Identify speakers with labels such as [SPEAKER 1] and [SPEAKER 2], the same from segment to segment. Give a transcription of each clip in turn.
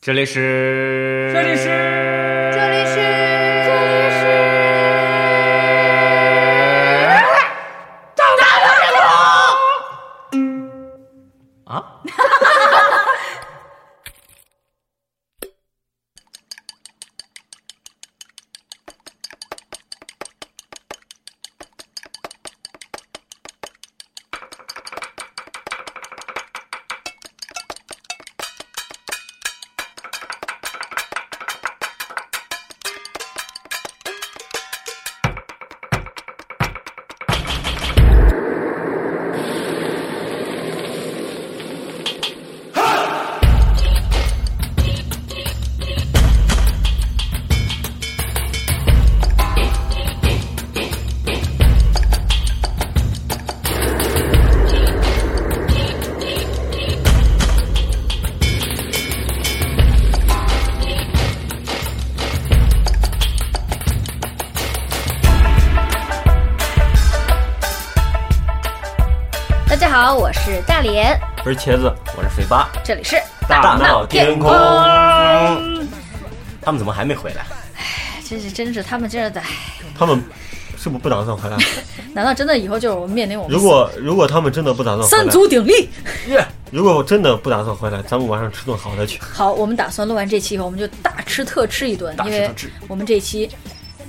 [SPEAKER 1] 这里是，这里
[SPEAKER 2] 嗯
[SPEAKER 1] 是，
[SPEAKER 3] 这里是，这里是。
[SPEAKER 4] 大家好，我是大连，
[SPEAKER 1] 我是茄子，我是肥八，
[SPEAKER 4] 这里是
[SPEAKER 1] 大
[SPEAKER 4] 闹
[SPEAKER 1] 闹天
[SPEAKER 4] 空
[SPEAKER 1] 宫。。他们怎么还没回来？
[SPEAKER 4] 这是真是他们这的，唉
[SPEAKER 2] 他们是不不打算回 来。
[SPEAKER 4] 难道真的以后就是我们面临我们
[SPEAKER 2] 如果如果他们真的不打算回
[SPEAKER 4] 三
[SPEAKER 2] 来，
[SPEAKER 4] 足鼎立？
[SPEAKER 2] 如果真的不打算回来，咱们晚上吃顿好的去。
[SPEAKER 4] 好，我们打算录完这期以后，我们就大吃特吃一顿，
[SPEAKER 1] 大吃
[SPEAKER 4] 因为
[SPEAKER 1] 特吃
[SPEAKER 4] 我们这期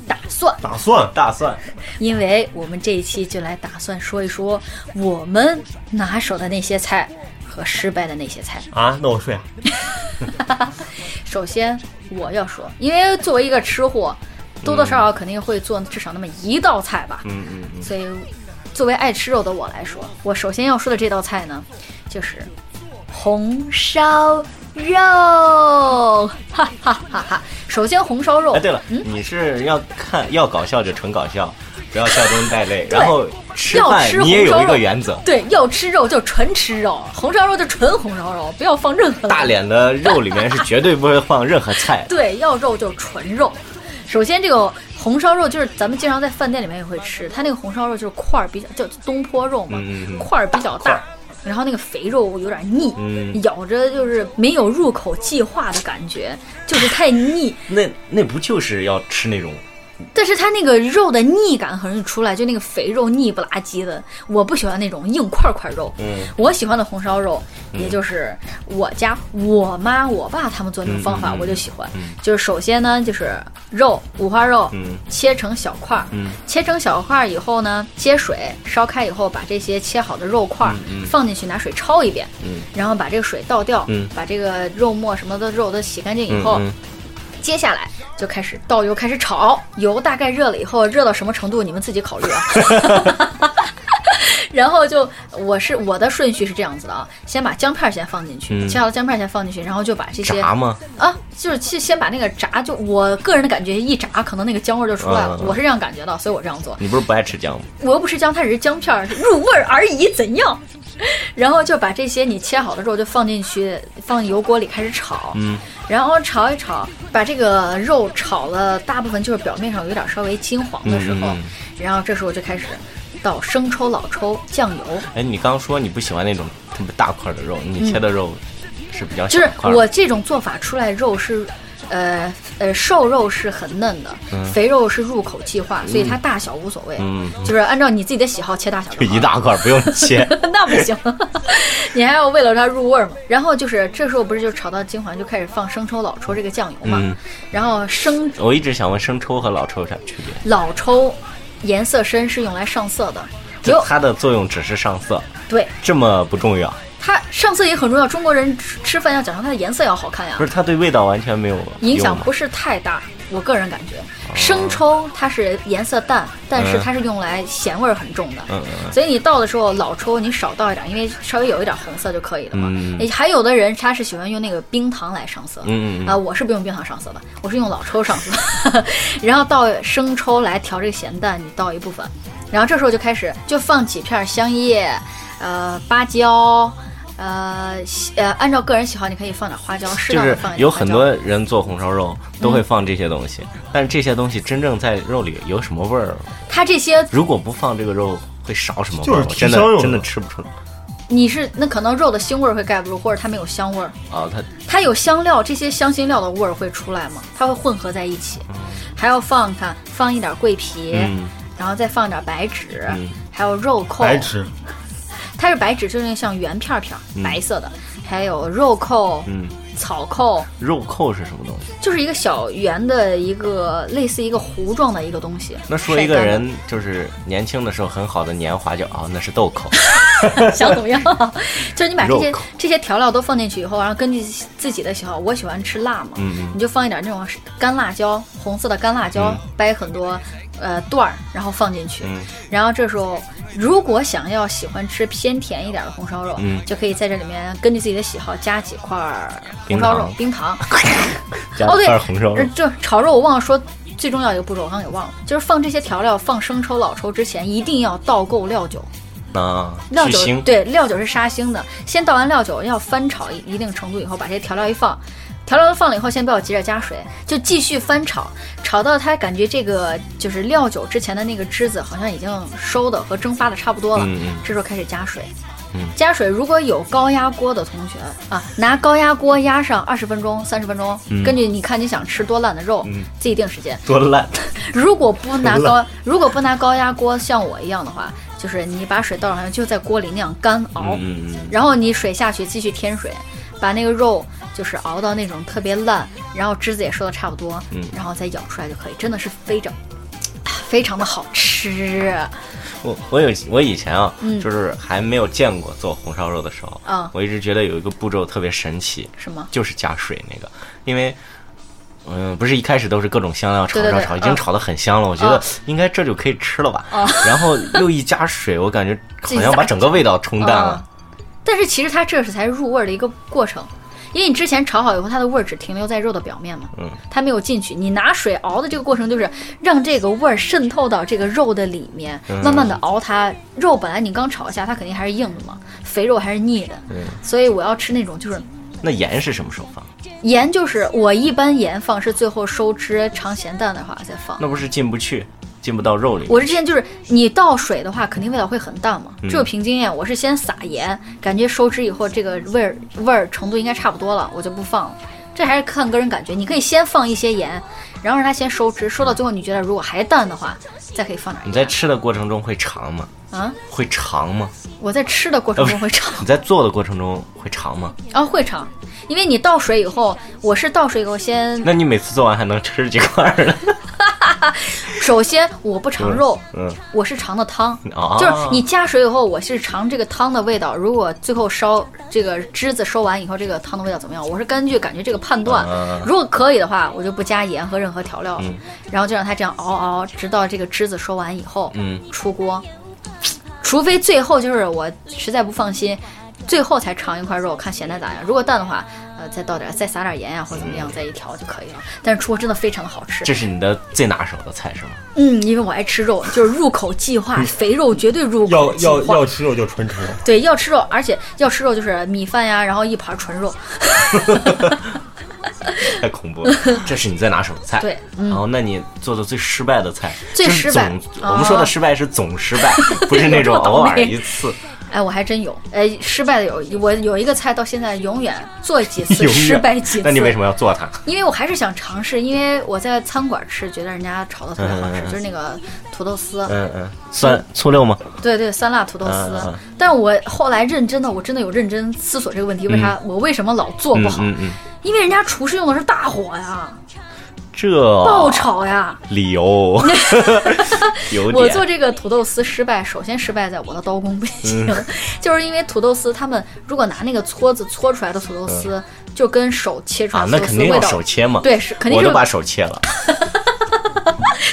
[SPEAKER 4] 打算，
[SPEAKER 2] 打算
[SPEAKER 1] 大蒜，
[SPEAKER 4] 因为我们这一期就来打算说一说我们拿手的那些菜和失败的那些菜。
[SPEAKER 2] 啊？那我睡啊。
[SPEAKER 4] 首先我要说，因为作为一个吃货，多多少少肯定会做至少那么一道菜吧。
[SPEAKER 1] 嗯嗯嗯，
[SPEAKER 4] 所以，作为爱吃肉的我来说，我首先要说的这道菜呢，就是红烧肉，哈哈哈哈！首先，红烧肉，
[SPEAKER 1] 哎，对了，你是要看要搞笑就纯搞笑，不要笑中带泪，然后吃
[SPEAKER 4] 要
[SPEAKER 1] 饭
[SPEAKER 4] 吃
[SPEAKER 1] 你也
[SPEAKER 4] 红烧
[SPEAKER 1] 有一
[SPEAKER 4] 肉
[SPEAKER 1] 个原则，
[SPEAKER 4] 对，要吃肉就纯吃肉，红烧肉就纯红烧肉，不要放任何。
[SPEAKER 1] 大脸的肉里面是绝对不会放任何菜
[SPEAKER 4] 对，要肉就纯肉。首先，这个红烧肉就是咱们经常在饭店里面也会吃，它那个红烧肉就是块儿比较，就东坡肉嘛，
[SPEAKER 1] 嗯嗯嗯
[SPEAKER 4] 块儿比较
[SPEAKER 1] 块儿
[SPEAKER 4] 大，然后那个肥肉有点腻，
[SPEAKER 1] 嗯
[SPEAKER 4] 咬着就是没有入口即化的感觉，就是太腻。
[SPEAKER 1] 那那不就是要吃那种？
[SPEAKER 4] 但是它那个肉的腻感很容易出来，就那个肥肉腻不拉几的，我不喜欢那种硬块块肉。
[SPEAKER 1] 嗯
[SPEAKER 4] 我喜欢的红烧肉，也就是我家我妈我爸他们做那种方法，
[SPEAKER 1] 嗯嗯嗯
[SPEAKER 4] 我就喜欢。
[SPEAKER 1] 嗯
[SPEAKER 4] 就是首先呢，就是肉五花肉，
[SPEAKER 1] 嗯
[SPEAKER 4] 切成小块儿，
[SPEAKER 1] 嗯
[SPEAKER 4] 切成小块儿以后呢，接水烧开以后，把这些切好的肉块儿
[SPEAKER 1] 嗯嗯
[SPEAKER 4] 放进去，拿水焯一遍，
[SPEAKER 1] 嗯
[SPEAKER 4] 然后把这个水倒掉，
[SPEAKER 1] 嗯
[SPEAKER 4] 把这个肉末什么的肉都洗干净以后，
[SPEAKER 1] 嗯
[SPEAKER 4] 接下来就开始倒油，开始炒。油大概热了以后，热到什么程度你们自己考虑啊。 然后就我是我的顺序是这样子的啊，先把姜片儿先放进去，
[SPEAKER 1] 嗯
[SPEAKER 4] 切好的姜片儿先放进去，然后就把这些
[SPEAKER 1] 炸吗？
[SPEAKER 4] 啊，就是先先把那个炸，就我个人的感觉，一炸可能那个姜味儿就出来了，
[SPEAKER 1] 啊啊啊
[SPEAKER 4] 我是这样感觉到，所以我这样做。
[SPEAKER 1] 你不是不爱吃姜吗？
[SPEAKER 4] 我又不吃姜，它只是姜片儿入味儿而已，怎样？ 然后就把这些你切好的肉就放进去，放油锅里开始炒，
[SPEAKER 1] 嗯
[SPEAKER 4] 然后炒一炒，把这个肉炒了，大部分就是表面上有点稍微金黄的时
[SPEAKER 1] 嗯
[SPEAKER 4] 候，
[SPEAKER 1] 嗯嗯
[SPEAKER 4] 然后这时候就开始倒生抽、老抽、酱油，
[SPEAKER 1] 哎，你刚说你不喜欢那种特别大块的肉，你切的肉是比较小
[SPEAKER 4] 就是
[SPEAKER 1] 块的。
[SPEAKER 4] 我这种做法出来肉是。呃呃，瘦肉是很嫩的，
[SPEAKER 1] 嗯
[SPEAKER 4] 肥肉是入口即化，所以它大小无所谓，
[SPEAKER 1] 嗯
[SPEAKER 4] 就是按照你自己的喜好切大小就好
[SPEAKER 1] 就
[SPEAKER 4] 了。
[SPEAKER 1] 一大块不用切，
[SPEAKER 4] 那不行，你还要为了它入味儿嘛。然后就是这时候不是就炒到金黄，就开始放生抽、老抽这个酱油嘛。
[SPEAKER 1] 嗯
[SPEAKER 4] 然后生
[SPEAKER 1] 我一直想问生抽和老抽有啥区别？
[SPEAKER 4] 老抽颜色深是用来上色的，
[SPEAKER 1] 就
[SPEAKER 4] 有
[SPEAKER 1] 它的作用只是上色，
[SPEAKER 4] 对
[SPEAKER 1] 这么不重要？
[SPEAKER 4] 它上色也很重要。中国人吃吃饭要讲究它的颜色要好看呀
[SPEAKER 1] 不，是它对味道完全没有
[SPEAKER 4] 影响
[SPEAKER 1] 用哦吗
[SPEAKER 4] 不是太大。我个人感觉，生抽它是颜色淡，但是它是用来咸味儿很重的。
[SPEAKER 1] 嗯嗯
[SPEAKER 4] 所以你倒的时候，老抽你少倒一点，因为稍微有一点红色就可以了嘛。
[SPEAKER 1] 嗯
[SPEAKER 4] 诶还有的人他是喜欢用那个冰糖来上色，
[SPEAKER 1] 嗯嗯
[SPEAKER 4] 啊，我是不用冰糖上色的，我是用老抽上色， 然后倒生抽来调这个咸淡，你倒一部分，然后这时候就开始就放几片香叶，呃，芭蕉。呃，喜呃，按照个人喜好，你可以放点花椒，适
[SPEAKER 1] 就
[SPEAKER 4] 当
[SPEAKER 1] 是
[SPEAKER 4] 的放一点
[SPEAKER 1] 有
[SPEAKER 4] 花
[SPEAKER 1] 很
[SPEAKER 4] 椒
[SPEAKER 1] 多人做红烧肉都会放这些东西，但是这些东西真正在肉里有什么味儿？
[SPEAKER 4] 它这些
[SPEAKER 1] 如果不放这个肉，会少什么味
[SPEAKER 2] 就
[SPEAKER 1] 儿？
[SPEAKER 2] 是
[SPEAKER 1] 我真
[SPEAKER 2] 提香
[SPEAKER 1] 的
[SPEAKER 2] 用
[SPEAKER 1] 真的
[SPEAKER 2] 的
[SPEAKER 1] 吃不出来。
[SPEAKER 4] 你是那可能肉的腥味儿会盖不住，或者它没有香味儿，
[SPEAKER 1] 啊，它
[SPEAKER 4] 它有香料，这些香辛料的味儿会出来嘛，它会混合在一起，还要放它放一点桂皮，
[SPEAKER 1] 嗯
[SPEAKER 4] 然后再放点白芷，
[SPEAKER 1] 嗯
[SPEAKER 4] 还有肉蔻，
[SPEAKER 1] 哦
[SPEAKER 2] 白纸，
[SPEAKER 4] 它是白芷，就是那个像圆片儿片儿、
[SPEAKER 1] 嗯
[SPEAKER 4] 白色的，还有肉蔻、
[SPEAKER 1] 嗯，
[SPEAKER 4] 草蔻，
[SPEAKER 1] 肉蔻是什么东西？
[SPEAKER 4] 就是一个小圆的一个类似一个糊状的一个东西。
[SPEAKER 1] 那说一个人就是年轻的时候很好的年华叫啊，那是豆 蔻。
[SPEAKER 4] 晒干了想怎 么样？就是你把这些
[SPEAKER 1] 肉蔻
[SPEAKER 4] 这些调料都放进去以后，然后根据自己的喜好，我喜欢吃辣嘛，
[SPEAKER 1] 嗯
[SPEAKER 4] 你就放一点那种干辣椒，红色的干辣椒，
[SPEAKER 1] 嗯
[SPEAKER 4] 掰很多呃段儿，然后放进去。
[SPEAKER 1] 嗯
[SPEAKER 4] 然后这时候，如果想要喜欢吃偏甜一点的红烧肉，
[SPEAKER 1] 嗯
[SPEAKER 4] 就可以在这里面根据自己的喜好加几块儿红烧肉、冰糖。
[SPEAKER 1] 加
[SPEAKER 4] 哦对
[SPEAKER 1] 块红烧
[SPEAKER 4] 呃
[SPEAKER 1] 肉。
[SPEAKER 4] 这炒肉我忘了说最重要一个步骤，我刚刚给忘了，就是放这些调料，放生抽、老抽之前一定要倒够料酒。
[SPEAKER 1] 啊，
[SPEAKER 4] 料
[SPEAKER 1] 巨
[SPEAKER 4] 酒
[SPEAKER 1] 星
[SPEAKER 4] 对料酒是杀腥的，先倒完料酒要翻炒一一定程度以后，把这些调料一放，调料放了以后，先不要急着加水，就继续翻炒，炒到它感觉这个就是料酒之前的那个汁子好像已经收的和蒸发的差不多了，
[SPEAKER 1] 嗯嗯
[SPEAKER 4] 这时候开始加水。
[SPEAKER 1] 嗯
[SPEAKER 4] 加水，如果有高压锅的同学啊，拿高压锅压上二十分钟、三十分钟，
[SPEAKER 1] 嗯
[SPEAKER 4] 根据你看你想吃多烂的肉，
[SPEAKER 1] 嗯
[SPEAKER 4] 自己定时间。
[SPEAKER 1] 多烂，
[SPEAKER 4] 如果 不拿高，如果不拿高压锅，像我一样的话，就是你把水倒上去，就在锅里那样干熬，
[SPEAKER 1] 嗯嗯
[SPEAKER 4] 然后你水下去继续添水，把那个肉就是熬到那种特别烂，然后汁子也收的差不多，
[SPEAKER 1] 嗯
[SPEAKER 4] 然后再舀出来就可以，真的是非常。 啊非常的好吃，
[SPEAKER 1] 我我有我以前啊，
[SPEAKER 4] 嗯
[SPEAKER 1] 就是还没有见过做红烧肉的时候，
[SPEAKER 4] 嗯
[SPEAKER 1] 我一直觉得有一个步骤特别神奇，
[SPEAKER 4] 是吗？
[SPEAKER 1] 就是加水那个，因为。嗯，不是一开始都是各种香料炒
[SPEAKER 4] 对对
[SPEAKER 1] 炒
[SPEAKER 4] 对
[SPEAKER 1] 炒，已
[SPEAKER 4] 嗯
[SPEAKER 1] 经炒得很香了，我觉得应该这就可以吃了吧。然后又一加水，我感觉好像把整个味道冲淡 了。
[SPEAKER 4] 但是其实它这是才入味儿的一个过程，因为你之前炒好以后，它的味儿只停留在肉的表面嘛，
[SPEAKER 1] 嗯，
[SPEAKER 4] 它没有进去。你拿水熬的这个过程就是让这个味儿渗透到这个肉的里面，
[SPEAKER 1] 嗯
[SPEAKER 4] 慢慢的熬它。肉本来你刚炒一下，它肯定还是硬的嘛，肥肉还是腻的，
[SPEAKER 1] 嗯
[SPEAKER 4] 所以我要吃那种就是
[SPEAKER 1] 那盐是什么时候放？
[SPEAKER 4] 盐，就是我一般盐放是最后收汁尝咸淡的话再放。
[SPEAKER 1] 那不是进不去，进不到肉里。
[SPEAKER 4] 我是之前就是你倒水的话，肯定味道会很淡嘛。
[SPEAKER 1] 嗯
[SPEAKER 4] 这个凭经验，我是先撒盐，感觉收汁以后这个味儿味儿程度应该差不多了，我就不放了。这还是看个人感觉，你可以先放一些盐，然后让它先收汁，收到最后你觉得如果还淡的话，再可以放点
[SPEAKER 1] 你
[SPEAKER 4] 盐。
[SPEAKER 1] 在吃的过程中会尝吗？
[SPEAKER 4] 啊，
[SPEAKER 1] 会尝吗？
[SPEAKER 4] 我在吃的过程中会尝，
[SPEAKER 1] 你在做的过程中会尝吗？
[SPEAKER 4] 啊会尝，因为你倒水以后，我是倒水以后先，
[SPEAKER 1] 那你每次做完还能吃几块儿 呢？
[SPEAKER 4] 首先我不尝肉，
[SPEAKER 1] 嗯，
[SPEAKER 4] 我是尝的汤，
[SPEAKER 1] 哦
[SPEAKER 4] 就是你加水以后，我是尝这个汤的味道。如果最后烧这个汁子收完以后，这个汤的味道怎么样？我是根据感觉这个判断
[SPEAKER 1] 啊。
[SPEAKER 4] 如果可以的话，我就不加盐和任何调料了
[SPEAKER 1] 嗯，
[SPEAKER 4] 然后就让它这样熬熬，直到这个汁子收完以后，
[SPEAKER 1] 嗯
[SPEAKER 4] 出锅。除非最后就是我实在不放心，最后才尝一块肉，看咸淡咋样。如果淡的话，呃，再倒点，再撒点盐呀、或者怎么样，再一调就可以了。但是出锅真的非常的好吃。
[SPEAKER 1] 这是你的最拿手的菜是吗？
[SPEAKER 4] 嗯，因为我爱吃肉，就是入口即化，
[SPEAKER 1] 嗯
[SPEAKER 4] 肥肉绝对入口
[SPEAKER 2] 要
[SPEAKER 4] 即化。
[SPEAKER 2] 要要吃肉就纯吃肉。
[SPEAKER 4] 对，要吃肉，而且要吃肉就是米饭呀，然后一盘纯肉。
[SPEAKER 1] 太恐 怖了，这是你最拿手的菜。
[SPEAKER 4] 对，嗯
[SPEAKER 1] 然后那你做的最失败的菜，
[SPEAKER 4] 最
[SPEAKER 1] 就是
[SPEAKER 4] 失败
[SPEAKER 1] 总
[SPEAKER 4] 哦
[SPEAKER 1] 我们说的失败是总失 败，不是那种
[SPEAKER 4] 有这么倒霉
[SPEAKER 1] 偶尔一次。
[SPEAKER 4] 哎，我还真有，哎，失败的有，我有一个菜到现在永远做几次
[SPEAKER 1] 永远
[SPEAKER 4] 失败几次。
[SPEAKER 1] 那你为什么要做它？
[SPEAKER 4] 因为我还是想尝试，因为我在餐馆吃，觉得人家炒的特别好吃，
[SPEAKER 1] 嗯嗯嗯
[SPEAKER 4] 就是那个土豆丝，
[SPEAKER 1] 嗯嗯，酸醋溜吗？
[SPEAKER 4] 对对，酸辣土豆丝。
[SPEAKER 1] 嗯嗯嗯
[SPEAKER 4] 但我后来认真的，我真的有认真思索这个问题，为啥、我为什么老做不
[SPEAKER 1] 嗯
[SPEAKER 4] 好？
[SPEAKER 1] 嗯嗯，
[SPEAKER 4] 因为人家厨师用的是大火呀，
[SPEAKER 1] 这
[SPEAKER 4] 爆炒呀。
[SPEAKER 1] 理由 有点。
[SPEAKER 4] 我做这个土豆丝失败，首先失败在我的刀工不行，
[SPEAKER 1] 嗯
[SPEAKER 4] 就是因为土豆丝他们如果拿那个搓子搓出来的土豆丝，就跟手切出
[SPEAKER 1] 嗯
[SPEAKER 4] 来
[SPEAKER 1] 啊，那
[SPEAKER 4] 的土豆
[SPEAKER 1] 肯
[SPEAKER 4] 丝
[SPEAKER 1] 定
[SPEAKER 4] 味
[SPEAKER 1] 要
[SPEAKER 4] 道，
[SPEAKER 1] 手切嘛。
[SPEAKER 4] 对，是肯定
[SPEAKER 1] 我
[SPEAKER 4] 是
[SPEAKER 1] 都把手切了。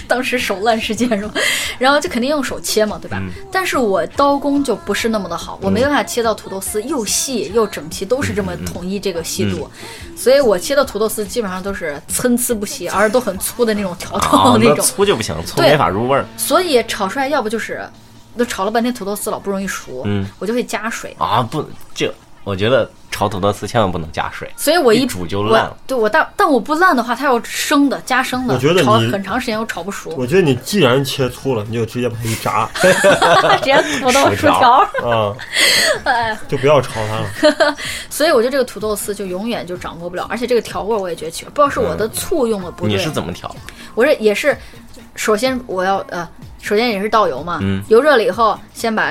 [SPEAKER 4] 当时手烂事件是吧？然后就肯定用手切嘛，对
[SPEAKER 1] 嗯
[SPEAKER 4] 吧？但是我刀工就不是那么的好，我没办法切到土豆丝又细又整齐，都是这
[SPEAKER 1] 嗯
[SPEAKER 4] 么统一这个细度，所以我切的土豆丝基本上都是参差不齐，而且都很粗哦的那种条
[SPEAKER 1] 啊
[SPEAKER 4] 状，
[SPEAKER 1] 那
[SPEAKER 4] 种。
[SPEAKER 1] 粗就不行，粗
[SPEAKER 4] 对
[SPEAKER 1] 没法入味儿
[SPEAKER 4] 所以炒出来，要不就是都炒了半天土豆丝老不容易熟，
[SPEAKER 1] 嗯
[SPEAKER 4] 我就会加水。
[SPEAKER 1] 啊！不，这我觉得炒土豆丝千万不能加水，
[SPEAKER 4] 所以我
[SPEAKER 1] 一
[SPEAKER 4] 一
[SPEAKER 1] 煮就烂了
[SPEAKER 4] 我对我但但我不烂的话，它要生的加生的，
[SPEAKER 2] 我觉得
[SPEAKER 4] 炒
[SPEAKER 2] 你
[SPEAKER 4] 很长时间我炒不熟，
[SPEAKER 2] 我觉得你既然切粗了，你就直接把它一 炸
[SPEAKER 4] 直接土豆
[SPEAKER 1] 薯
[SPEAKER 4] 薯
[SPEAKER 1] 条
[SPEAKER 4] 条。
[SPEAKER 2] 啊，
[SPEAKER 1] 哎
[SPEAKER 2] 就不要炒 它了。
[SPEAKER 4] 所以我觉得这个土豆丝就永远就掌握不了，而且这个调味儿我也觉得奇怪，不知道是我的醋用的不对。
[SPEAKER 1] 嗯你是怎么调？
[SPEAKER 4] 我这也是，首先我要呃，首先也是倒油嘛，
[SPEAKER 1] 嗯
[SPEAKER 4] 油热了以后，先把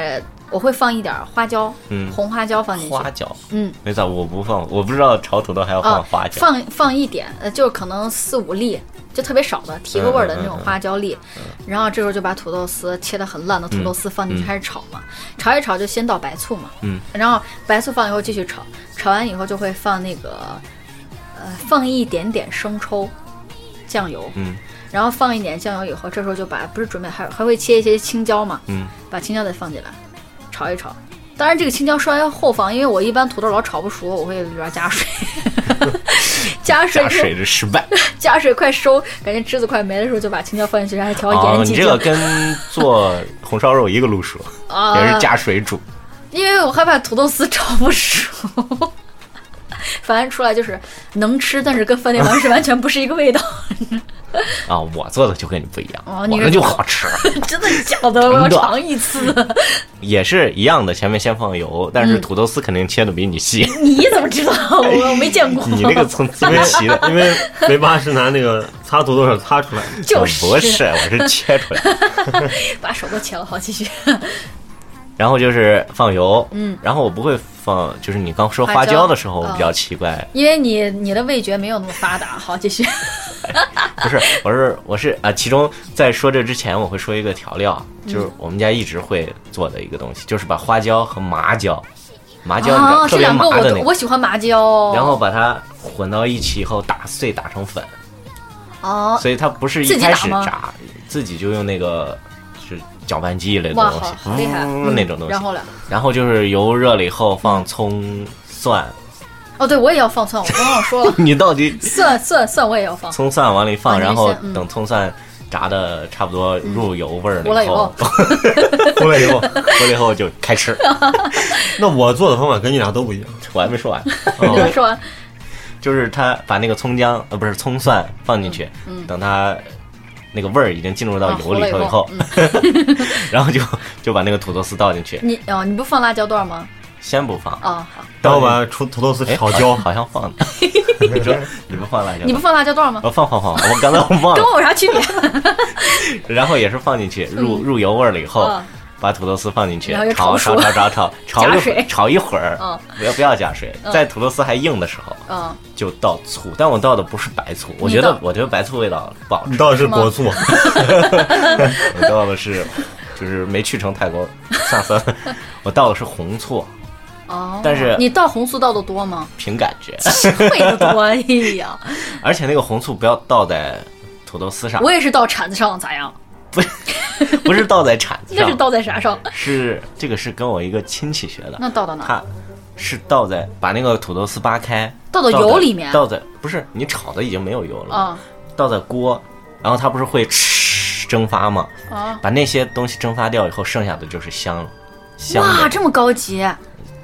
[SPEAKER 4] 我会放一点儿花椒，
[SPEAKER 1] 嗯
[SPEAKER 4] 红花椒放进去，
[SPEAKER 1] 花椒
[SPEAKER 4] 嗯
[SPEAKER 1] 没咋，我不放，我不知道炒土豆还要
[SPEAKER 4] 啊
[SPEAKER 1] 放，花椒。
[SPEAKER 4] 放放一点，呃，就是可能四五粒，就特别少的提个味儿的那种
[SPEAKER 1] 嗯嗯嗯
[SPEAKER 4] 花椒粒，然后这时候就把土豆丝切得很烂的土豆丝放进去
[SPEAKER 1] 嗯
[SPEAKER 4] 开始炒嘛，炒一炒就先倒白醋嘛，
[SPEAKER 1] 嗯，
[SPEAKER 4] 然后白醋放以后继续炒，炒完以后就会放那个，呃，放一点点生抽。酱油，
[SPEAKER 1] 嗯
[SPEAKER 4] 然后放一点酱油以后，这时候就把不是准备还还会切一些青椒嘛，
[SPEAKER 1] 嗯，
[SPEAKER 4] 把青椒再放进来，炒一炒。当然，这个青椒稍微后放，因为我一般土豆老炒不熟，我会里边 加水，加水
[SPEAKER 1] 加水是失败。
[SPEAKER 4] 加水快收，感觉汁子快没的时候就把青椒放进去，然后还调
[SPEAKER 1] 哦
[SPEAKER 4] 盐，几
[SPEAKER 1] 你
[SPEAKER 4] 滴
[SPEAKER 1] 这个跟做红烧肉一个 路数，
[SPEAKER 4] 啊，
[SPEAKER 1] 也是加水煮。
[SPEAKER 4] 因为我害怕土豆丝炒不熟。反正出来就是能吃，但是跟饭店完是完全不是一个味道。
[SPEAKER 1] 啊，我做的就跟你不一样，
[SPEAKER 4] 哦你
[SPEAKER 1] 我
[SPEAKER 4] 是
[SPEAKER 1] 的就好吃，
[SPEAKER 4] 真的假的？我要
[SPEAKER 1] 成段
[SPEAKER 4] 尝一次。
[SPEAKER 1] 也是一样的。前面先放油，但
[SPEAKER 4] 嗯
[SPEAKER 1] 是土豆丝肯定切的比你 细，
[SPEAKER 4] 你怎么知道？我我没见过。
[SPEAKER 1] 你那个从自己洗的，
[SPEAKER 2] 因为梅巴是拿那个擦土豆上擦出来的，
[SPEAKER 4] 就是
[SPEAKER 1] 不是，我是切出 来的。
[SPEAKER 4] 把手给我切了，好继续。
[SPEAKER 1] 然后就是放油，
[SPEAKER 4] 嗯，
[SPEAKER 1] 然后我不会放，就是你刚说
[SPEAKER 4] 花
[SPEAKER 1] 花
[SPEAKER 4] 椒
[SPEAKER 1] 椒的时候
[SPEAKER 4] 哦
[SPEAKER 1] 比较奇怪，
[SPEAKER 4] 因为你你的味觉没有那么发达，好 继续。
[SPEAKER 1] 不是，我是我是啊，其中在说这之前，我会说一个调料，啊就是我们家一直会做的一个东西，就是把花椒和麻椒，麻椒你知道
[SPEAKER 4] 啊，
[SPEAKER 1] 特
[SPEAKER 4] 这
[SPEAKER 1] 别
[SPEAKER 4] 两个
[SPEAKER 1] 麻
[SPEAKER 4] 我
[SPEAKER 1] 的
[SPEAKER 4] 都
[SPEAKER 1] 那
[SPEAKER 4] 我
[SPEAKER 1] 个，
[SPEAKER 4] 喜欢麻椒。
[SPEAKER 1] 然后把它混到一起以后打碎打成粉，
[SPEAKER 4] 哦，
[SPEAKER 1] 所以它不是
[SPEAKER 4] 自
[SPEAKER 1] 一
[SPEAKER 4] 己
[SPEAKER 1] 开
[SPEAKER 4] 打
[SPEAKER 1] 始
[SPEAKER 4] 吗
[SPEAKER 1] 炸，自己就用那个就是搅拌机一类的
[SPEAKER 4] 哇，
[SPEAKER 1] 东
[SPEAKER 4] 好
[SPEAKER 1] 西，
[SPEAKER 4] 好厉害，
[SPEAKER 1] 嗯
[SPEAKER 4] 嗯
[SPEAKER 1] 那种东西
[SPEAKER 4] 然，后呢？
[SPEAKER 1] 然后就是油热了以后放葱蒜，，
[SPEAKER 4] 哦，对，我也要放蒜，我刚刚说了
[SPEAKER 1] 你到底
[SPEAKER 4] 蒜蒜蒜我也要放。
[SPEAKER 1] 葱蒜往里
[SPEAKER 4] 啊
[SPEAKER 1] 放，
[SPEAKER 4] 你
[SPEAKER 1] 然
[SPEAKER 4] 先
[SPEAKER 1] 后
[SPEAKER 4] 嗯
[SPEAKER 1] 等葱蒜炸的差不多入油味儿
[SPEAKER 4] 糊了
[SPEAKER 1] 了
[SPEAKER 4] 以
[SPEAKER 1] 以
[SPEAKER 4] 后
[SPEAKER 1] 后， 糊了以后，糊了以后就开 吃。
[SPEAKER 2] 那我做的方法跟你俩都不一样。
[SPEAKER 1] 我还没说完，
[SPEAKER 4] 你们说完，
[SPEAKER 1] 就是他把那个葱姜呃不是葱蒜放进去，
[SPEAKER 4] 嗯
[SPEAKER 1] 等它那个味儿已经进入到
[SPEAKER 4] 啊
[SPEAKER 1] 油里
[SPEAKER 4] 糊
[SPEAKER 1] 头
[SPEAKER 4] 了
[SPEAKER 1] 以
[SPEAKER 4] 以后
[SPEAKER 1] 后， 然后就就把那个土豆丝倒进去，
[SPEAKER 4] 你哦，你不放辣椒段吗？
[SPEAKER 1] 先不放，
[SPEAKER 4] 哦，好，
[SPEAKER 2] 然后把土土豆丝
[SPEAKER 1] 哎
[SPEAKER 2] 炒
[SPEAKER 1] 好
[SPEAKER 2] 焦，
[SPEAKER 1] 好像放 的，你说你不放辣椒
[SPEAKER 4] 你不
[SPEAKER 1] 吗？
[SPEAKER 4] 放辣椒段吗
[SPEAKER 1] 我？放放放，我刚才我哦忘
[SPEAKER 4] 跟
[SPEAKER 1] 了，
[SPEAKER 4] 我有啥区别？
[SPEAKER 1] 然后也是放进去，入入油味儿了以后
[SPEAKER 4] 嗯，
[SPEAKER 1] 把土豆丝放进去
[SPEAKER 4] 然后就，
[SPEAKER 1] 炒
[SPEAKER 4] 炒熟
[SPEAKER 1] 炒炒炒炒炒
[SPEAKER 4] 加
[SPEAKER 1] 一会
[SPEAKER 4] 水
[SPEAKER 1] 儿，炒一会儿
[SPEAKER 4] 嗯，
[SPEAKER 1] 不要不要加水，在土豆丝还硬的时候
[SPEAKER 4] 嗯，
[SPEAKER 1] 就倒醋，但我倒的不是白醋，我
[SPEAKER 4] 你
[SPEAKER 1] 觉得
[SPEAKER 4] 倒
[SPEAKER 1] 我觉得白醋味道不好吃
[SPEAKER 2] 你。倒的是果醋，
[SPEAKER 1] 我倒的是， 就是没去成泰国萨 森，我倒的是红醋，
[SPEAKER 4] 哦，
[SPEAKER 1] 但是
[SPEAKER 4] 你倒红醋倒的多吗？
[SPEAKER 1] 凭感 觉，
[SPEAKER 4] 会的多，哎 呀，
[SPEAKER 1] 而且那个红醋不要倒在土豆丝上，
[SPEAKER 4] 我也是倒铲子上，咋样？
[SPEAKER 1] 不是倒在铲子
[SPEAKER 4] 那
[SPEAKER 1] 上，
[SPEAKER 4] 是倒在啥上？
[SPEAKER 1] 是这个是跟我一个亲戚学的，
[SPEAKER 4] 那倒到哪？
[SPEAKER 1] 他是倒在把那个土豆丝扒开，
[SPEAKER 4] 倒到油里面
[SPEAKER 1] 倒在不是你炒的已经没有油了，
[SPEAKER 4] 啊
[SPEAKER 1] 倒在锅，然后它不是会嗤蒸发吗？
[SPEAKER 4] 啊！
[SPEAKER 1] 把那些东西蒸发掉以后，剩下的就是香了。香
[SPEAKER 4] 哇，
[SPEAKER 1] 的
[SPEAKER 4] 这么高级，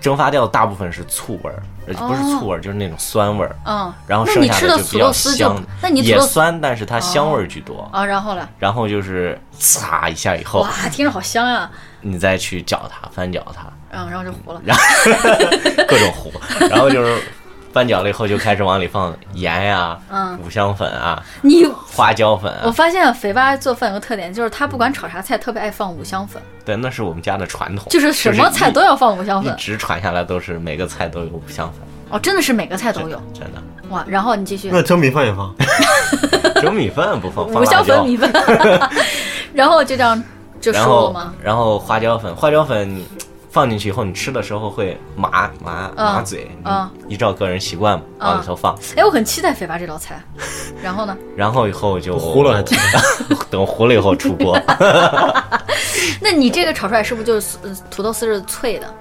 [SPEAKER 1] 蒸发掉的大部分是醋味儿，而且不是醋味儿，就是那种酸味儿。
[SPEAKER 4] 嗯，
[SPEAKER 1] 然后
[SPEAKER 4] 哦那
[SPEAKER 1] 剩
[SPEAKER 4] 你
[SPEAKER 1] 下
[SPEAKER 4] 吃的
[SPEAKER 1] 就
[SPEAKER 4] 土
[SPEAKER 1] 比
[SPEAKER 4] 豆
[SPEAKER 1] 较
[SPEAKER 4] 丝就
[SPEAKER 1] 香，，
[SPEAKER 4] 那你土哦
[SPEAKER 1] 也
[SPEAKER 4] 豆丝
[SPEAKER 1] 酸，但是它香味儿居多。
[SPEAKER 4] 啊，然后呢？
[SPEAKER 1] 然后就是呲一下以后，
[SPEAKER 4] 哇，听着好香啊！
[SPEAKER 1] 你再去搅它，翻搅它，
[SPEAKER 4] 嗯，然后就糊了。
[SPEAKER 1] 然后各种糊， 然后就是翻搅了以后就开始往里放盐呀、
[SPEAKER 4] 嗯哦
[SPEAKER 1] 五香粉啊、
[SPEAKER 4] 你，
[SPEAKER 1] 花椒粉
[SPEAKER 4] 我
[SPEAKER 1] 啊，
[SPEAKER 4] 发现肥爸做饭有个特点，就是他不管炒啥菜，特别爱放五香粉，
[SPEAKER 1] 对，那是我们家的传统，
[SPEAKER 4] 就是什么菜都要放五香
[SPEAKER 1] 一一
[SPEAKER 4] 粉。
[SPEAKER 1] 直传下来都是每个菜都有五香粉，
[SPEAKER 4] 哦，真的是每个菜都
[SPEAKER 1] 真的
[SPEAKER 4] 有
[SPEAKER 1] 真的，
[SPEAKER 4] 哇！然后你继续
[SPEAKER 2] 那蒸米饭也放，
[SPEAKER 1] 只有米饭 不放，放辣
[SPEAKER 4] 五香
[SPEAKER 1] 椒
[SPEAKER 4] 粉 米饭，然后就这样就
[SPEAKER 1] 然
[SPEAKER 4] 熟
[SPEAKER 1] 后
[SPEAKER 4] 了吗？
[SPEAKER 1] 然后花椒粉，花椒粉你放进去以后，你吃的时候会麻麻、
[SPEAKER 4] 嗯
[SPEAKER 1] 麻嘴，
[SPEAKER 4] 嗯
[SPEAKER 1] 你依照个人习惯嘛
[SPEAKER 4] 嗯
[SPEAKER 1] 往里头放，
[SPEAKER 4] 哎，我很期待肥爸这道菜。然后呢？
[SPEAKER 1] 然后以后就
[SPEAKER 2] 糊了还挺，
[SPEAKER 1] 等糊了以后出 锅，啊
[SPEAKER 4] 那你这个炒出来是不是就是呃土豆丝是脆的？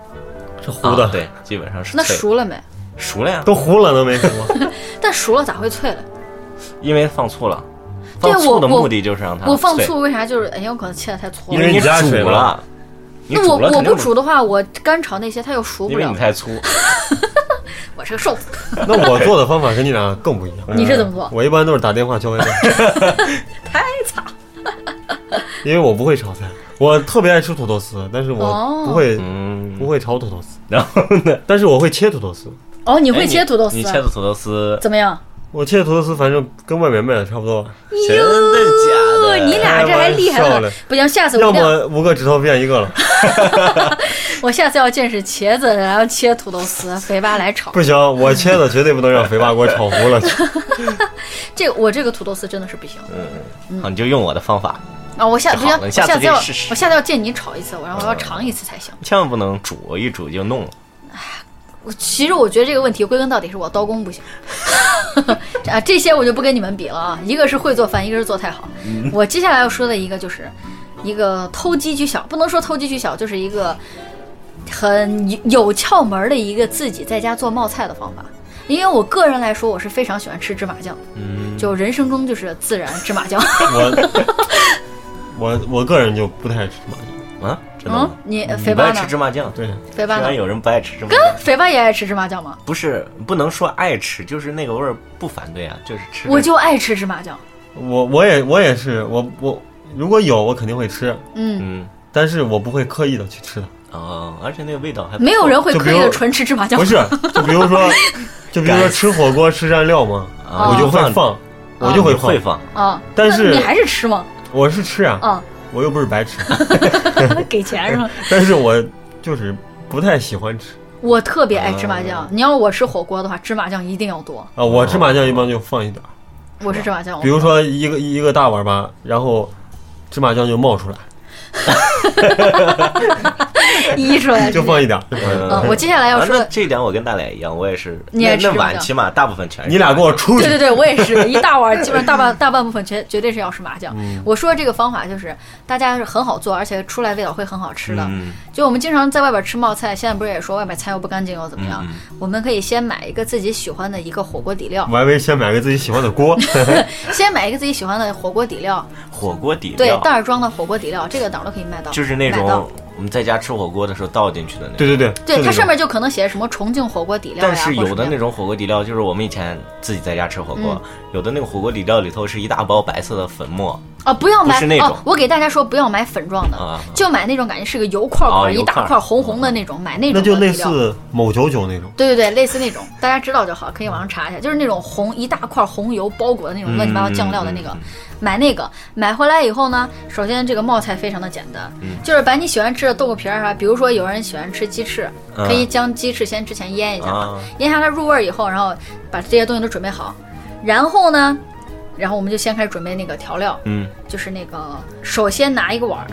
[SPEAKER 2] 是糊的，
[SPEAKER 1] 啊，对，基本上是
[SPEAKER 4] 那
[SPEAKER 1] 脆的
[SPEAKER 4] 熟了没？
[SPEAKER 1] 熟了呀，
[SPEAKER 2] 都糊了都没糊。
[SPEAKER 4] 但熟了咋会脆了？
[SPEAKER 1] 因为放醋了，
[SPEAKER 4] 对
[SPEAKER 1] 放醋的
[SPEAKER 4] 我我
[SPEAKER 1] 目的就是让它
[SPEAKER 4] 我放
[SPEAKER 1] 啊脆，
[SPEAKER 4] 醋为啥就是？哎呀，我可能切的太粗
[SPEAKER 1] 因
[SPEAKER 4] 了。
[SPEAKER 1] 为
[SPEAKER 2] 因为
[SPEAKER 1] 你
[SPEAKER 2] 你加水
[SPEAKER 1] 煮
[SPEAKER 2] 了
[SPEAKER 1] 了，你
[SPEAKER 4] 那我
[SPEAKER 1] 煮了
[SPEAKER 4] 我
[SPEAKER 1] 肯定
[SPEAKER 4] 不煮的话，我干炒那些它又熟
[SPEAKER 1] 因
[SPEAKER 4] 不
[SPEAKER 1] 为
[SPEAKER 4] 了
[SPEAKER 1] 你。太粗，
[SPEAKER 4] 是个瘦子。
[SPEAKER 2] 那我做的方法跟你俩更不一样。嗯
[SPEAKER 4] 你是怎么做？
[SPEAKER 2] 我一般都是打电话叫外卖，
[SPEAKER 4] 太惨了。
[SPEAKER 2] 因为我不会炒菜。我特别爱吃土豆丝，但是
[SPEAKER 4] 哦
[SPEAKER 2] 我不会、
[SPEAKER 1] 嗯，
[SPEAKER 2] 不会炒土豆丝，
[SPEAKER 1] 然后呢？
[SPEAKER 2] 但是我会切土豆丝。
[SPEAKER 4] 哦，你
[SPEAKER 1] 哎你
[SPEAKER 4] 会切土豆丝
[SPEAKER 1] 你？切的土豆丝，
[SPEAKER 4] 怎么样？
[SPEAKER 2] 我切土豆丝，反正跟外面卖的差不多吧，
[SPEAKER 1] 真的假的？
[SPEAKER 4] 你俩这还厉害
[SPEAKER 2] 开玩笑
[SPEAKER 4] 了
[SPEAKER 2] 嘞！
[SPEAKER 4] 不行，下次我
[SPEAKER 2] 要
[SPEAKER 4] 一定要
[SPEAKER 2] 么五个指头变一个了。
[SPEAKER 4] 我下次要见识茄子，然后切土豆丝，肥八来炒。
[SPEAKER 2] 不行，我切的绝对不能让肥爸给我炒糊了。
[SPEAKER 4] 这我这个土豆丝真的是不行
[SPEAKER 1] 好，你就用我的方法，
[SPEAKER 4] 啊！我下
[SPEAKER 1] 这
[SPEAKER 4] 不
[SPEAKER 1] 好嗯
[SPEAKER 4] 行，
[SPEAKER 1] 了
[SPEAKER 4] 我
[SPEAKER 1] 你下次
[SPEAKER 4] 下次
[SPEAKER 1] 可以
[SPEAKER 4] 要
[SPEAKER 1] 试试
[SPEAKER 4] 我下次要见你炒一次，我然后我要尝一次才行。
[SPEAKER 1] 千万不能煮，一煮就弄了。
[SPEAKER 4] 我其实我觉得这个问题归根到底是我刀工 不行啊，这些我就不跟你们比了啊。一个是会做饭，一个是做太好。
[SPEAKER 1] 嗯
[SPEAKER 4] 我接下来要说的一个就是一个偷鸡取巧，不能说偷鸡取巧，就是一个很有有窍门儿的一个自己在家做冒菜的方法。因为我个人来说，我是非常喜欢吃芝麻酱，
[SPEAKER 1] 嗯，
[SPEAKER 4] 就人生中就是自然芝 麻酱。
[SPEAKER 2] 我我我个人就不太爱吃麻酱。
[SPEAKER 1] 啊，真的
[SPEAKER 4] 嗯
[SPEAKER 1] 吗？，
[SPEAKER 4] 你
[SPEAKER 1] 你
[SPEAKER 4] 肥
[SPEAKER 1] 不
[SPEAKER 4] 八
[SPEAKER 1] 爱吃芝
[SPEAKER 4] 呢？
[SPEAKER 1] 麻酱？
[SPEAKER 2] 对，
[SPEAKER 4] 肥
[SPEAKER 1] 居
[SPEAKER 4] 八
[SPEAKER 1] 然
[SPEAKER 4] 呢？
[SPEAKER 1] 有人不爱吃芝麻酱，
[SPEAKER 4] 肥八也爱吃芝麻酱吗？
[SPEAKER 1] 不是不能说爱吃，就是那个味儿不反对啊，就是吃。
[SPEAKER 4] 我就爱吃芝麻酱。
[SPEAKER 2] 我我也我也是，我我如果有我肯定会吃，
[SPEAKER 4] 嗯，
[SPEAKER 1] 嗯
[SPEAKER 2] 但是我不会刻意的去 吃的。
[SPEAKER 1] 哦，而且那个味道还不
[SPEAKER 4] 没有
[SPEAKER 1] 错啊
[SPEAKER 4] 人会
[SPEAKER 2] 就比
[SPEAKER 4] 刻意的
[SPEAKER 2] 如
[SPEAKER 4] 纯吃芝麻酱
[SPEAKER 2] 不。是，就比如说，就比如 说吃火锅吃蘸料嘛，
[SPEAKER 1] 啊
[SPEAKER 2] 我就会
[SPEAKER 1] 放
[SPEAKER 2] 放，我就
[SPEAKER 1] 会
[SPEAKER 2] 会放
[SPEAKER 1] 会。放，
[SPEAKER 4] 啊，
[SPEAKER 2] 但
[SPEAKER 4] 那
[SPEAKER 2] 是
[SPEAKER 4] 你还是吃吗？
[SPEAKER 2] 我是吃啊，
[SPEAKER 4] 啊，
[SPEAKER 2] 我又不是白吃，
[SPEAKER 4] 给 钱是吗？
[SPEAKER 2] 但是我就是不太喜欢吃
[SPEAKER 4] 我特别爱芝
[SPEAKER 1] 呃
[SPEAKER 4] 麻酱，你要我吃火锅的话，芝麻酱一定要多。
[SPEAKER 2] 啊。我芝麻酱一般就放一点儿，
[SPEAKER 4] 我是芝麻酱，
[SPEAKER 2] 比如说一个一个大碗吧，然后芝麻酱就冒出来，
[SPEAKER 4] 一出来
[SPEAKER 2] 就放一点儿。就放一点儿
[SPEAKER 1] 嗯
[SPEAKER 4] 嗯，我接下来要
[SPEAKER 1] 啊
[SPEAKER 4] 说
[SPEAKER 1] 那，这一点我跟大磊一样，我也是。
[SPEAKER 4] 你也
[SPEAKER 1] 那
[SPEAKER 4] 吃
[SPEAKER 1] 那
[SPEAKER 4] 不
[SPEAKER 1] 碗
[SPEAKER 4] 了
[SPEAKER 1] 起码大部分全是。
[SPEAKER 2] 你俩给我出
[SPEAKER 4] 对对
[SPEAKER 2] 去！
[SPEAKER 4] 对，我也是一大碗，基本上大半大半部分绝绝对是要吃麻酱。
[SPEAKER 1] 嗯
[SPEAKER 4] 我说这个方法就是大家是很好做，而且出来味道会很好吃的。
[SPEAKER 1] 嗯
[SPEAKER 4] 就我们经常在外边吃冒菜，现在不是也说外面菜又不干净又怎么样？
[SPEAKER 1] 嗯
[SPEAKER 4] 我们可以先买一个自己喜欢的一个火锅底料，
[SPEAKER 2] 我还以为先买个自己喜欢的 锅，
[SPEAKER 4] 先买一个自己喜欢的火锅底料，
[SPEAKER 1] 嗯火锅底
[SPEAKER 4] 对
[SPEAKER 1] 料，
[SPEAKER 4] 袋儿装的火锅底料，这个哪儿都可以卖到，
[SPEAKER 1] 就是那
[SPEAKER 4] 买到
[SPEAKER 1] 种我们在家吃火锅的时候倒进去的那种。
[SPEAKER 2] 对对对，
[SPEAKER 4] 对，
[SPEAKER 2] 就
[SPEAKER 4] 它
[SPEAKER 2] 那
[SPEAKER 4] 上
[SPEAKER 2] 种
[SPEAKER 4] 面就可能写什么重庆火锅底料呀，嗯
[SPEAKER 1] 但是有的那
[SPEAKER 4] 种
[SPEAKER 1] 种火锅底料，就是我们以前自己在家吃火锅，有的那个火锅底料里头是一大包白色的粉末
[SPEAKER 4] 啊，不要买
[SPEAKER 1] 不是那种
[SPEAKER 4] 哦。我给大家说，不要买粉状的，
[SPEAKER 1] 啊，
[SPEAKER 4] 就买那种感觉是个油块块，
[SPEAKER 1] 哦
[SPEAKER 4] 一
[SPEAKER 1] 油块
[SPEAKER 4] 大块红红的那种，买那
[SPEAKER 2] 那
[SPEAKER 4] 种
[SPEAKER 2] 就
[SPEAKER 4] 的
[SPEAKER 2] 类
[SPEAKER 4] 底料。
[SPEAKER 2] 似某九九那种。
[SPEAKER 4] 对对对，类似那种，大家知道就好，可以网上查一下，就是那种红一大块红油包裹的那种乱七八糟酱料的那个，
[SPEAKER 1] 嗯嗯
[SPEAKER 4] 买那个。买回来以后呢，首先这个冒菜非常的简单，
[SPEAKER 1] 嗯
[SPEAKER 4] 就是把你喜欢吃的豆腐皮儿啊，比如说有人喜欢吃鸡翅，
[SPEAKER 1] 嗯
[SPEAKER 4] 可以将鸡翅先之前腌一下嘛，
[SPEAKER 1] 啊，
[SPEAKER 4] 腌下它入味儿以后，然后把这些东西都准备好，然后呢，然后我们就先开始准备那个调料，
[SPEAKER 1] 嗯，
[SPEAKER 4] 就是那个首先拿一个碗儿，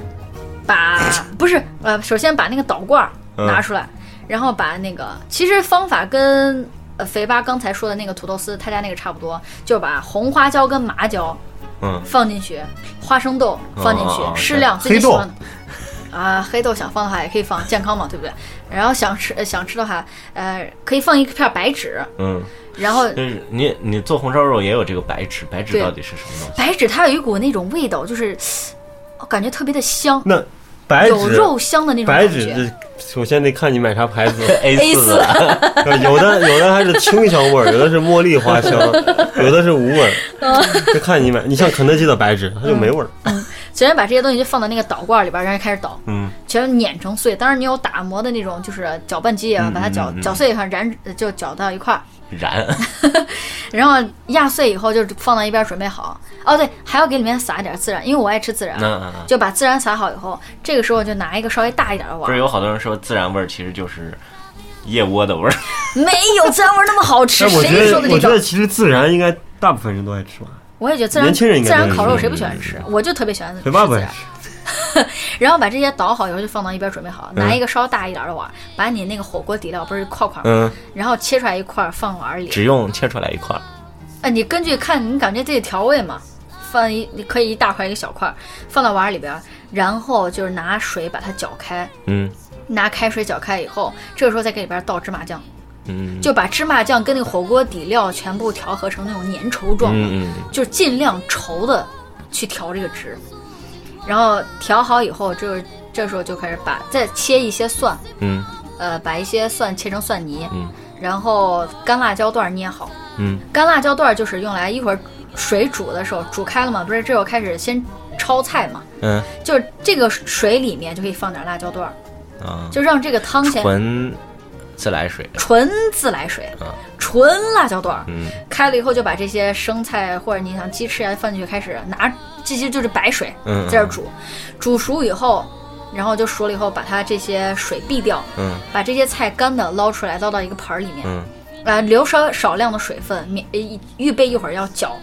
[SPEAKER 4] 把不是呃，首先把那个导罐儿
[SPEAKER 1] 嗯
[SPEAKER 4] 拿出来，然后把那个其实方法跟呃肥八刚才说的那个土豆丝他家那个差不多，就是把红花椒跟麻椒
[SPEAKER 1] 嗯
[SPEAKER 4] 放进去，花生豆放进去，
[SPEAKER 1] 哦哦哦
[SPEAKER 4] 适
[SPEAKER 1] 对
[SPEAKER 4] 量自己
[SPEAKER 2] 黑
[SPEAKER 4] 喜
[SPEAKER 2] 豆
[SPEAKER 4] 欢的。啊，黑豆想放的话也可以放，健康嘛，对不对？然后想吃呃想吃的话，呃，可以放一片白芷，
[SPEAKER 1] 嗯，
[SPEAKER 4] 然后
[SPEAKER 1] 就是你你做红烧肉也有这个白芷，白芷
[SPEAKER 4] 对
[SPEAKER 1] 到底是什么东西？
[SPEAKER 4] 白芷它有一股那种味道，就是哦感觉特别的香，
[SPEAKER 2] 那白
[SPEAKER 4] 有
[SPEAKER 2] 纸，
[SPEAKER 4] 肉香的那种
[SPEAKER 2] 白
[SPEAKER 4] 感
[SPEAKER 2] 纸
[SPEAKER 4] 觉。
[SPEAKER 2] 这首先得看你买啥牌 子，
[SPEAKER 1] A 四
[SPEAKER 4] A4
[SPEAKER 2] 有的有的还是清香味儿，有的是茉莉花香，有的是无 味儿，
[SPEAKER 4] 嗯
[SPEAKER 2] 就看你买。你像肯德基的白纸，它就没味儿。
[SPEAKER 4] 首先把这些东西就放到那个导罐里边，然后开始捣，
[SPEAKER 1] 嗯，
[SPEAKER 4] 全碾成碎。当然你有打磨的那种，就是搅拌机也啊把它搅
[SPEAKER 1] 嗯嗯嗯
[SPEAKER 4] 搅碎以后燃就搅到一块儿，
[SPEAKER 1] 燃，
[SPEAKER 4] 然后压碎以后就放到一边准备好。哦对，还要给里面撒一点孜然，因为我爱吃孜然。
[SPEAKER 1] 那啊
[SPEAKER 4] 就把孜然撒好以后，这个时候就拿一个稍微大一点的
[SPEAKER 1] 不
[SPEAKER 4] 碗
[SPEAKER 1] 是，有好多人说孜然味儿其实就是腋窝的味儿，
[SPEAKER 4] 没有孜然味儿那么好 吃。
[SPEAKER 2] 但我觉
[SPEAKER 4] 谁
[SPEAKER 2] 得
[SPEAKER 4] 说的，这
[SPEAKER 2] 我觉
[SPEAKER 4] 种？
[SPEAKER 2] 得其实孜然应该大部分人都爱吃吧，
[SPEAKER 4] 我也觉得孜然
[SPEAKER 2] 年轻人应
[SPEAKER 4] 孜
[SPEAKER 2] 该
[SPEAKER 4] 然
[SPEAKER 2] 都是
[SPEAKER 4] 烤肉
[SPEAKER 2] 这
[SPEAKER 4] 谁不喜欢
[SPEAKER 1] 样
[SPEAKER 4] 吃？我就特别喜欢吃
[SPEAKER 2] 肥爸不
[SPEAKER 4] 孜
[SPEAKER 2] 爱
[SPEAKER 4] 然。
[SPEAKER 2] 吃。
[SPEAKER 4] 然后把这些捣好以后就放到一边准备
[SPEAKER 1] 嗯
[SPEAKER 4] 好，拿一个稍大一点的碗，把你那个火锅底料不是块块吗，
[SPEAKER 1] 嗯，
[SPEAKER 4] 然后切出来一块儿放碗里。
[SPEAKER 1] 只用切出来一块儿，
[SPEAKER 4] 啊，你根据看你感觉自己调味嘛，放一你可以一大块一个小块儿放到碗里边儿，然后就是拿水把它搅开，
[SPEAKER 1] 嗯
[SPEAKER 4] 拿开水搅开以后，这个时候再给里边倒芝麻酱，
[SPEAKER 1] 嗯，
[SPEAKER 4] 就把芝麻酱跟那个火锅底料全部调和成那种粘稠状的，
[SPEAKER 1] 嗯嗯
[SPEAKER 4] 就是尽量稠的去调这个汁，然后调好以后，这个这时候就开始把再切一些蒜，
[SPEAKER 1] 嗯
[SPEAKER 4] 呃，把一些蒜切成蒜泥，
[SPEAKER 1] 嗯
[SPEAKER 4] 然后干辣椒段儿捏好。
[SPEAKER 1] 嗯，
[SPEAKER 4] 干辣椒段儿就是用来一会儿水煮的时候煮开了嘛，不是这会儿开始先焯菜嘛，
[SPEAKER 1] 嗯
[SPEAKER 4] 就是这个水里面就可以放点辣椒段儿，
[SPEAKER 1] 啊，
[SPEAKER 4] 就让这个汤先
[SPEAKER 1] 纯自来水，
[SPEAKER 4] 纯自来水
[SPEAKER 1] 啊，
[SPEAKER 4] 纯辣椒段儿。
[SPEAKER 1] 嗯
[SPEAKER 4] 开了以后就把这些生菜或者你想鸡翅啊放进去，开始拿这些就是白水
[SPEAKER 1] 嗯，
[SPEAKER 4] 在这儿煮，煮熟以后，然后就熟了以后把它这些水避掉，
[SPEAKER 1] 嗯，
[SPEAKER 4] 把这些菜干的捞出来，捞到一个盆儿里面，
[SPEAKER 1] 嗯
[SPEAKER 4] 呃，留少少量的水分，免呃一预备一会儿要搅，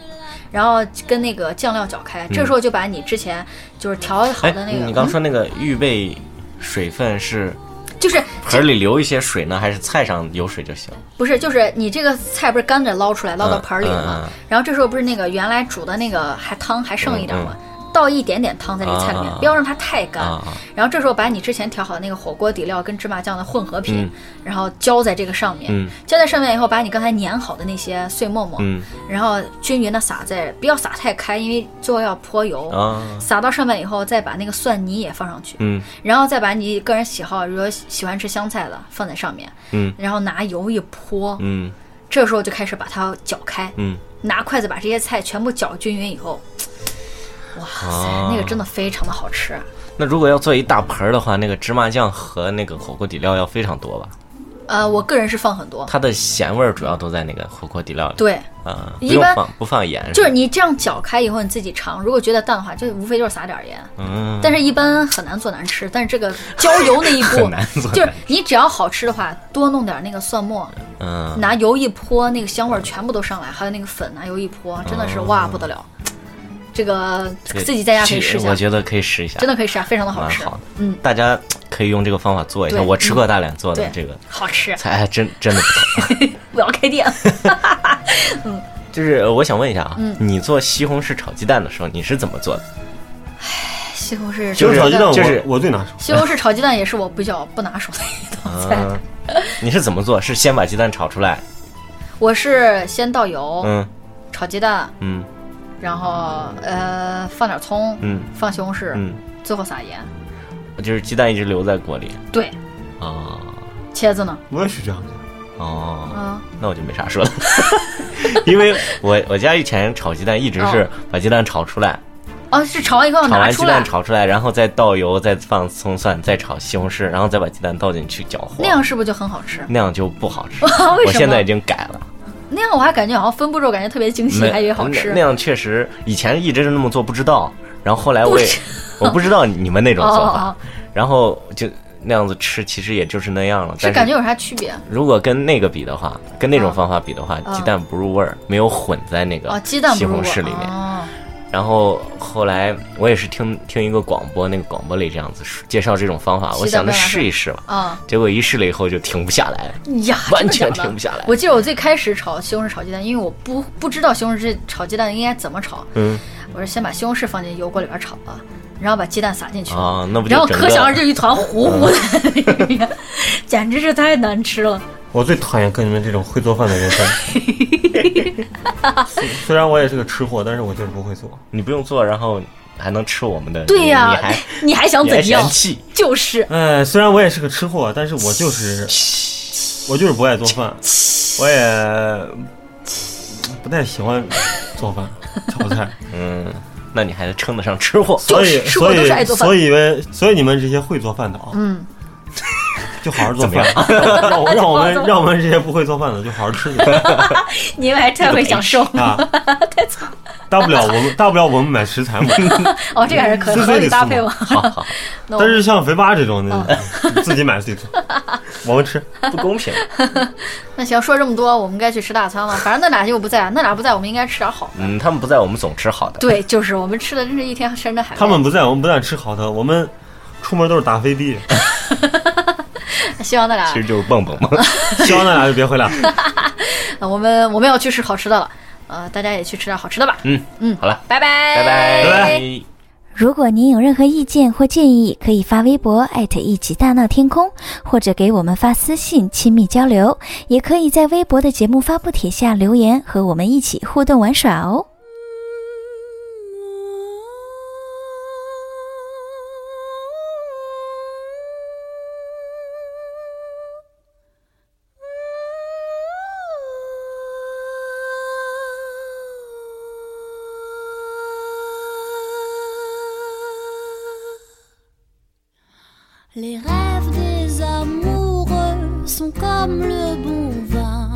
[SPEAKER 4] 然后跟那个酱料搅开。这时候就把你之前就是调好
[SPEAKER 1] 嗯哎
[SPEAKER 4] 的，那个，
[SPEAKER 1] 你刚
[SPEAKER 4] 嗯
[SPEAKER 1] 说那个预备水分是
[SPEAKER 4] 就是
[SPEAKER 1] 盆里留一些水呢，还是菜上有水就行？
[SPEAKER 4] 不是就是你这个菜不是干着捞出来捞到盆儿里了吗？
[SPEAKER 1] 嗯嗯
[SPEAKER 4] 然后这时候不是那个原来煮的那个还汤还剩一点吗？倒一点点汤在这个菜里面，
[SPEAKER 1] 嗯啊啊啊
[SPEAKER 4] 不要让它太干。
[SPEAKER 1] 啊啊，
[SPEAKER 4] 然后这时候把你之前调好的那个火锅底料跟芝麻酱的混合品，
[SPEAKER 1] 嗯
[SPEAKER 4] 然后浇在这个上面。
[SPEAKER 1] 嗯
[SPEAKER 4] 浇在上面以后，把你刚才碾好的那些碎沫沫，
[SPEAKER 1] 嗯
[SPEAKER 4] 然后均匀的撒在，不要撒太开，因为最后要泼油。
[SPEAKER 1] 啊，
[SPEAKER 4] 撒到上面以后，再把那个蒜泥也放上去，
[SPEAKER 1] 嗯
[SPEAKER 4] 然后再把你个人喜好，如果喜欢吃香菜的放在上面，
[SPEAKER 1] 嗯
[SPEAKER 4] 然后拿油一泼，
[SPEAKER 1] 嗯
[SPEAKER 4] 这时候就开始把它搅开，
[SPEAKER 1] 嗯，
[SPEAKER 4] 拿筷子把这些菜全部搅均匀以后，哇塞，
[SPEAKER 1] 啊
[SPEAKER 4] 那个真的非常的好吃。
[SPEAKER 1] 那如果要做一大盆儿的话，那个芝麻酱和那个火锅底料要非常多吧？
[SPEAKER 4] 呃，我个人是放很多，
[SPEAKER 1] 它的咸味儿主要都在那个火锅底料里。
[SPEAKER 4] 对，
[SPEAKER 1] 啊，不
[SPEAKER 4] 一
[SPEAKER 1] 用
[SPEAKER 4] 般
[SPEAKER 1] 放不放盐吧，
[SPEAKER 4] 就是你这样搅开以后你自己尝，如果觉得淡的话，就无非就是撒点盐，
[SPEAKER 1] 嗯，
[SPEAKER 4] 但是一般很难做难吃，但是这个浇油那一步
[SPEAKER 1] 很难做难吃
[SPEAKER 4] 就是你只要好吃的话，多弄点那个蒜末，
[SPEAKER 1] 嗯
[SPEAKER 4] 拿油一泼，那个香味儿全部都上来，还有那个粉拿油一泼，真的是哇不得了。这个
[SPEAKER 1] 对
[SPEAKER 4] 自己在家可以试一
[SPEAKER 1] 这哎我
[SPEAKER 4] 下，
[SPEAKER 1] 觉得可以试一下，
[SPEAKER 4] 真的可以试啊，非常的好
[SPEAKER 1] 蛮
[SPEAKER 4] 吃，
[SPEAKER 1] 好的。
[SPEAKER 4] 嗯，
[SPEAKER 1] 大家可以用这个方法做一下。
[SPEAKER 4] 对嗯
[SPEAKER 1] 我吃过大脸做的
[SPEAKER 4] 对
[SPEAKER 1] 这个
[SPEAKER 4] 好吃，
[SPEAKER 1] 菜，还真真的不错。
[SPEAKER 4] 我要开店。
[SPEAKER 1] 就是呃我想问一下啊，
[SPEAKER 4] 嗯
[SPEAKER 1] 你做西红柿炒鸡蛋的时候，你是怎么 做的？
[SPEAKER 4] 西红柿
[SPEAKER 2] 其实炒鸡蛋
[SPEAKER 1] 就是
[SPEAKER 2] 我我最拿手。
[SPEAKER 4] 西红柿炒鸡蛋也是我比较不拿手的一道菜。
[SPEAKER 1] 啊，你是怎么做？是先把鸡蛋炒出来，
[SPEAKER 4] 我是先倒油、
[SPEAKER 1] 嗯
[SPEAKER 4] 炒鸡蛋，
[SPEAKER 1] 嗯
[SPEAKER 4] 然后呃放点葱，
[SPEAKER 1] 嗯
[SPEAKER 4] 放西红柿，
[SPEAKER 1] 嗯，
[SPEAKER 4] 最后撒盐。
[SPEAKER 1] 就是鸡蛋一直留在锅里
[SPEAKER 4] 对，
[SPEAKER 1] 啊。
[SPEAKER 4] 茄子呢？
[SPEAKER 2] 我也是这样的。
[SPEAKER 1] 哦，
[SPEAKER 4] 啊，
[SPEAKER 1] 那我就没啥说了， 因为我我家以前炒鸡蛋一直是把鸡蛋炒出来，
[SPEAKER 4] 哦，是炒完以后要
[SPEAKER 1] 炒
[SPEAKER 4] 拿
[SPEAKER 1] 完
[SPEAKER 4] 出
[SPEAKER 1] 鸡
[SPEAKER 4] 来
[SPEAKER 1] 蛋，炒出来，然后再倒油，再放葱蒜，再炒西红柿，然后再把鸡蛋倒进去搅和，
[SPEAKER 4] 那样是不是就很好吃？
[SPEAKER 1] 那样就不好吃。
[SPEAKER 4] 为
[SPEAKER 1] 我
[SPEAKER 4] 什
[SPEAKER 1] 现
[SPEAKER 4] 么
[SPEAKER 1] 在已经改了，
[SPEAKER 4] 那样我还感觉好像分步骤，感觉特 别精细，
[SPEAKER 1] 没
[SPEAKER 4] 还以为好
[SPEAKER 1] 那
[SPEAKER 4] 吃
[SPEAKER 1] 那。样确实，以前一直是那么做，不知道。然后后来我也
[SPEAKER 4] 不知
[SPEAKER 1] 我不知道你们那种
[SPEAKER 4] 哦
[SPEAKER 1] 做
[SPEAKER 4] 哦
[SPEAKER 1] 法，然后就那样子吃，其实也就是那样了。
[SPEAKER 4] 是
[SPEAKER 1] 但
[SPEAKER 4] 感觉
[SPEAKER 1] 是
[SPEAKER 4] 有啥区别？
[SPEAKER 1] 如果跟那个比的话，跟那种方法比的话，
[SPEAKER 4] 嗯
[SPEAKER 1] 鸡蛋不入味儿，没有混在那
[SPEAKER 4] 哦
[SPEAKER 1] 个，
[SPEAKER 4] 鸡蛋
[SPEAKER 1] 西
[SPEAKER 4] 不入
[SPEAKER 1] 红
[SPEAKER 4] 味
[SPEAKER 1] 柿
[SPEAKER 4] 儿
[SPEAKER 1] 里面。
[SPEAKER 4] 哦
[SPEAKER 1] 然后后来我也是听听一个广播，那个广播里这样子说介绍这种方法，
[SPEAKER 4] 鸡蛋
[SPEAKER 1] 我想着
[SPEAKER 4] 不要拿出来
[SPEAKER 1] 试一试吧。
[SPEAKER 4] 啊
[SPEAKER 1] 结果一试了以后就停不下来了，
[SPEAKER 4] 呀，
[SPEAKER 1] 完
[SPEAKER 4] 啊真
[SPEAKER 1] 全
[SPEAKER 4] 的假的
[SPEAKER 1] 停不 下来
[SPEAKER 4] 我记得我最开始炒西红柿炒鸡蛋，因为我不不知道西红柿炒鸡蛋应该怎么炒，
[SPEAKER 2] 嗯，
[SPEAKER 4] 我是先把西红柿放进油锅里边炒了，然后把鸡蛋撒进去，
[SPEAKER 1] 啊，那不就
[SPEAKER 4] 然后
[SPEAKER 1] 整
[SPEAKER 4] 可想而
[SPEAKER 1] 个嗯
[SPEAKER 4] 知一团糊糊 的里面，简直是太难吃了。
[SPEAKER 2] 我最讨厌跟你们这种会做饭的人在一起。 虽然我也是个吃货，但是我就是不会做。
[SPEAKER 1] 你不用做，然后还能吃我们的，
[SPEAKER 4] 对呀、
[SPEAKER 1] 你还
[SPEAKER 4] 你还想
[SPEAKER 1] 你还
[SPEAKER 4] 怎样
[SPEAKER 1] 嫌？弃，
[SPEAKER 4] 就是
[SPEAKER 2] 哎，虽然我也是个吃货，但是我就是我就是不爱做饭，我也不太喜欢做饭、炒菜，
[SPEAKER 1] 嗯，那你还称得上吃货？
[SPEAKER 2] 所以
[SPEAKER 4] 吃货
[SPEAKER 2] 所
[SPEAKER 4] 都是爱
[SPEAKER 2] 以
[SPEAKER 4] 做饭
[SPEAKER 2] 所以所以你们这些会做饭的啊，
[SPEAKER 4] 嗯，
[SPEAKER 2] 就好好做
[SPEAKER 1] 怎么
[SPEAKER 2] 饭， 让我让我 们让我们这些不会做饭的就好好吃去
[SPEAKER 4] 你们还太会享受
[SPEAKER 2] 啊！大不了我们大不了我们买食 材嘛，
[SPEAKER 4] 哦，这个还是可以
[SPEAKER 2] 是
[SPEAKER 4] 合
[SPEAKER 2] 这
[SPEAKER 4] 理
[SPEAKER 2] 个
[SPEAKER 4] 搭
[SPEAKER 2] 思
[SPEAKER 4] 配
[SPEAKER 2] 路
[SPEAKER 4] 嘛。
[SPEAKER 1] 好好，
[SPEAKER 4] 那我
[SPEAKER 2] 但是像肥八这种的， 自己买自己做，我们吃。
[SPEAKER 1] 不公平。
[SPEAKER 4] 那行，说这么多，我们该去吃大餐了。反正那俩又不在，啊那俩不在，我们应该吃点好的。
[SPEAKER 1] 嗯，他们不在，我们总吃好的。
[SPEAKER 4] 对，就是我们吃的真是一天山珍海味。
[SPEAKER 2] 他们不在，我们不但吃好的，我们出门都是打飞 的，
[SPEAKER 4] 希望那俩
[SPEAKER 1] 其实就是蹦蹦嘛。
[SPEAKER 2] 希望那俩就别回来。
[SPEAKER 4] 呃我们我们要去吃好吃的了，呃，大家也去吃点好吃的吧，
[SPEAKER 1] 嗯嗯，好了，
[SPEAKER 4] 拜拜，
[SPEAKER 1] 拜拜
[SPEAKER 2] 拜
[SPEAKER 5] 如果您有任何意见或建议，可以发微博一起大闹天空，或者给我们发私信亲密交流，也可以在微博的节目发布帖下留言，和我们一起互动玩耍哦。
[SPEAKER 3] Ooh.
[SPEAKER 6] Les rêves des amoureux sont comme le bon vin.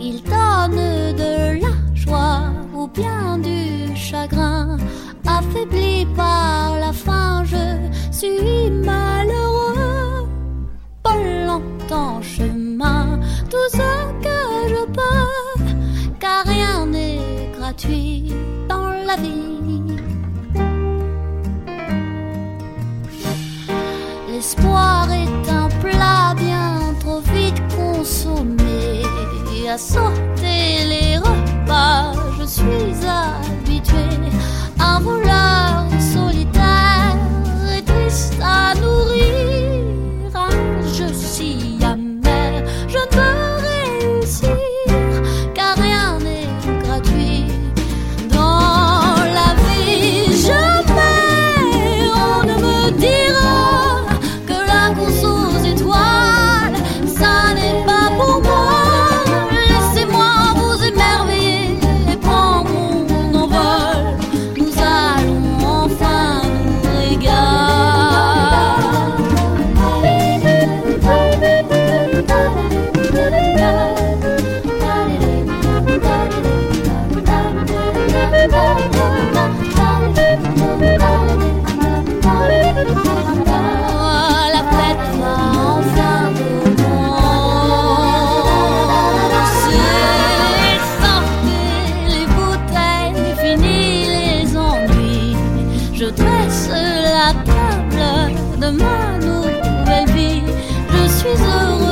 [SPEAKER 6] Ils donnent de la joie ou bien du chagrin. Affaibli par la faim, je suis malheureux. Pas longtemps chemin, tout ce que je peux, car rien n'est gratuit dans la vie. L'espoir est un plat bien trop vite consommé. À sauter les repas, je suis habitué. Un voleur solitaire et triste à nourrir. Un jeu si amer, je ne veux réussir. Car rien n'est gratuit dans la vie. Je perds, on ne me dira que la course aux étoiles, ça n'est pas pour moi. Laissez-moi vous émerveiller et prendre mon envol. Nous allons enfin nous la fête va enfin commencer. Sortez les bouteilles, fini les ennuis. Je dresse la table de ma nouvelle vie. Je suis heureux.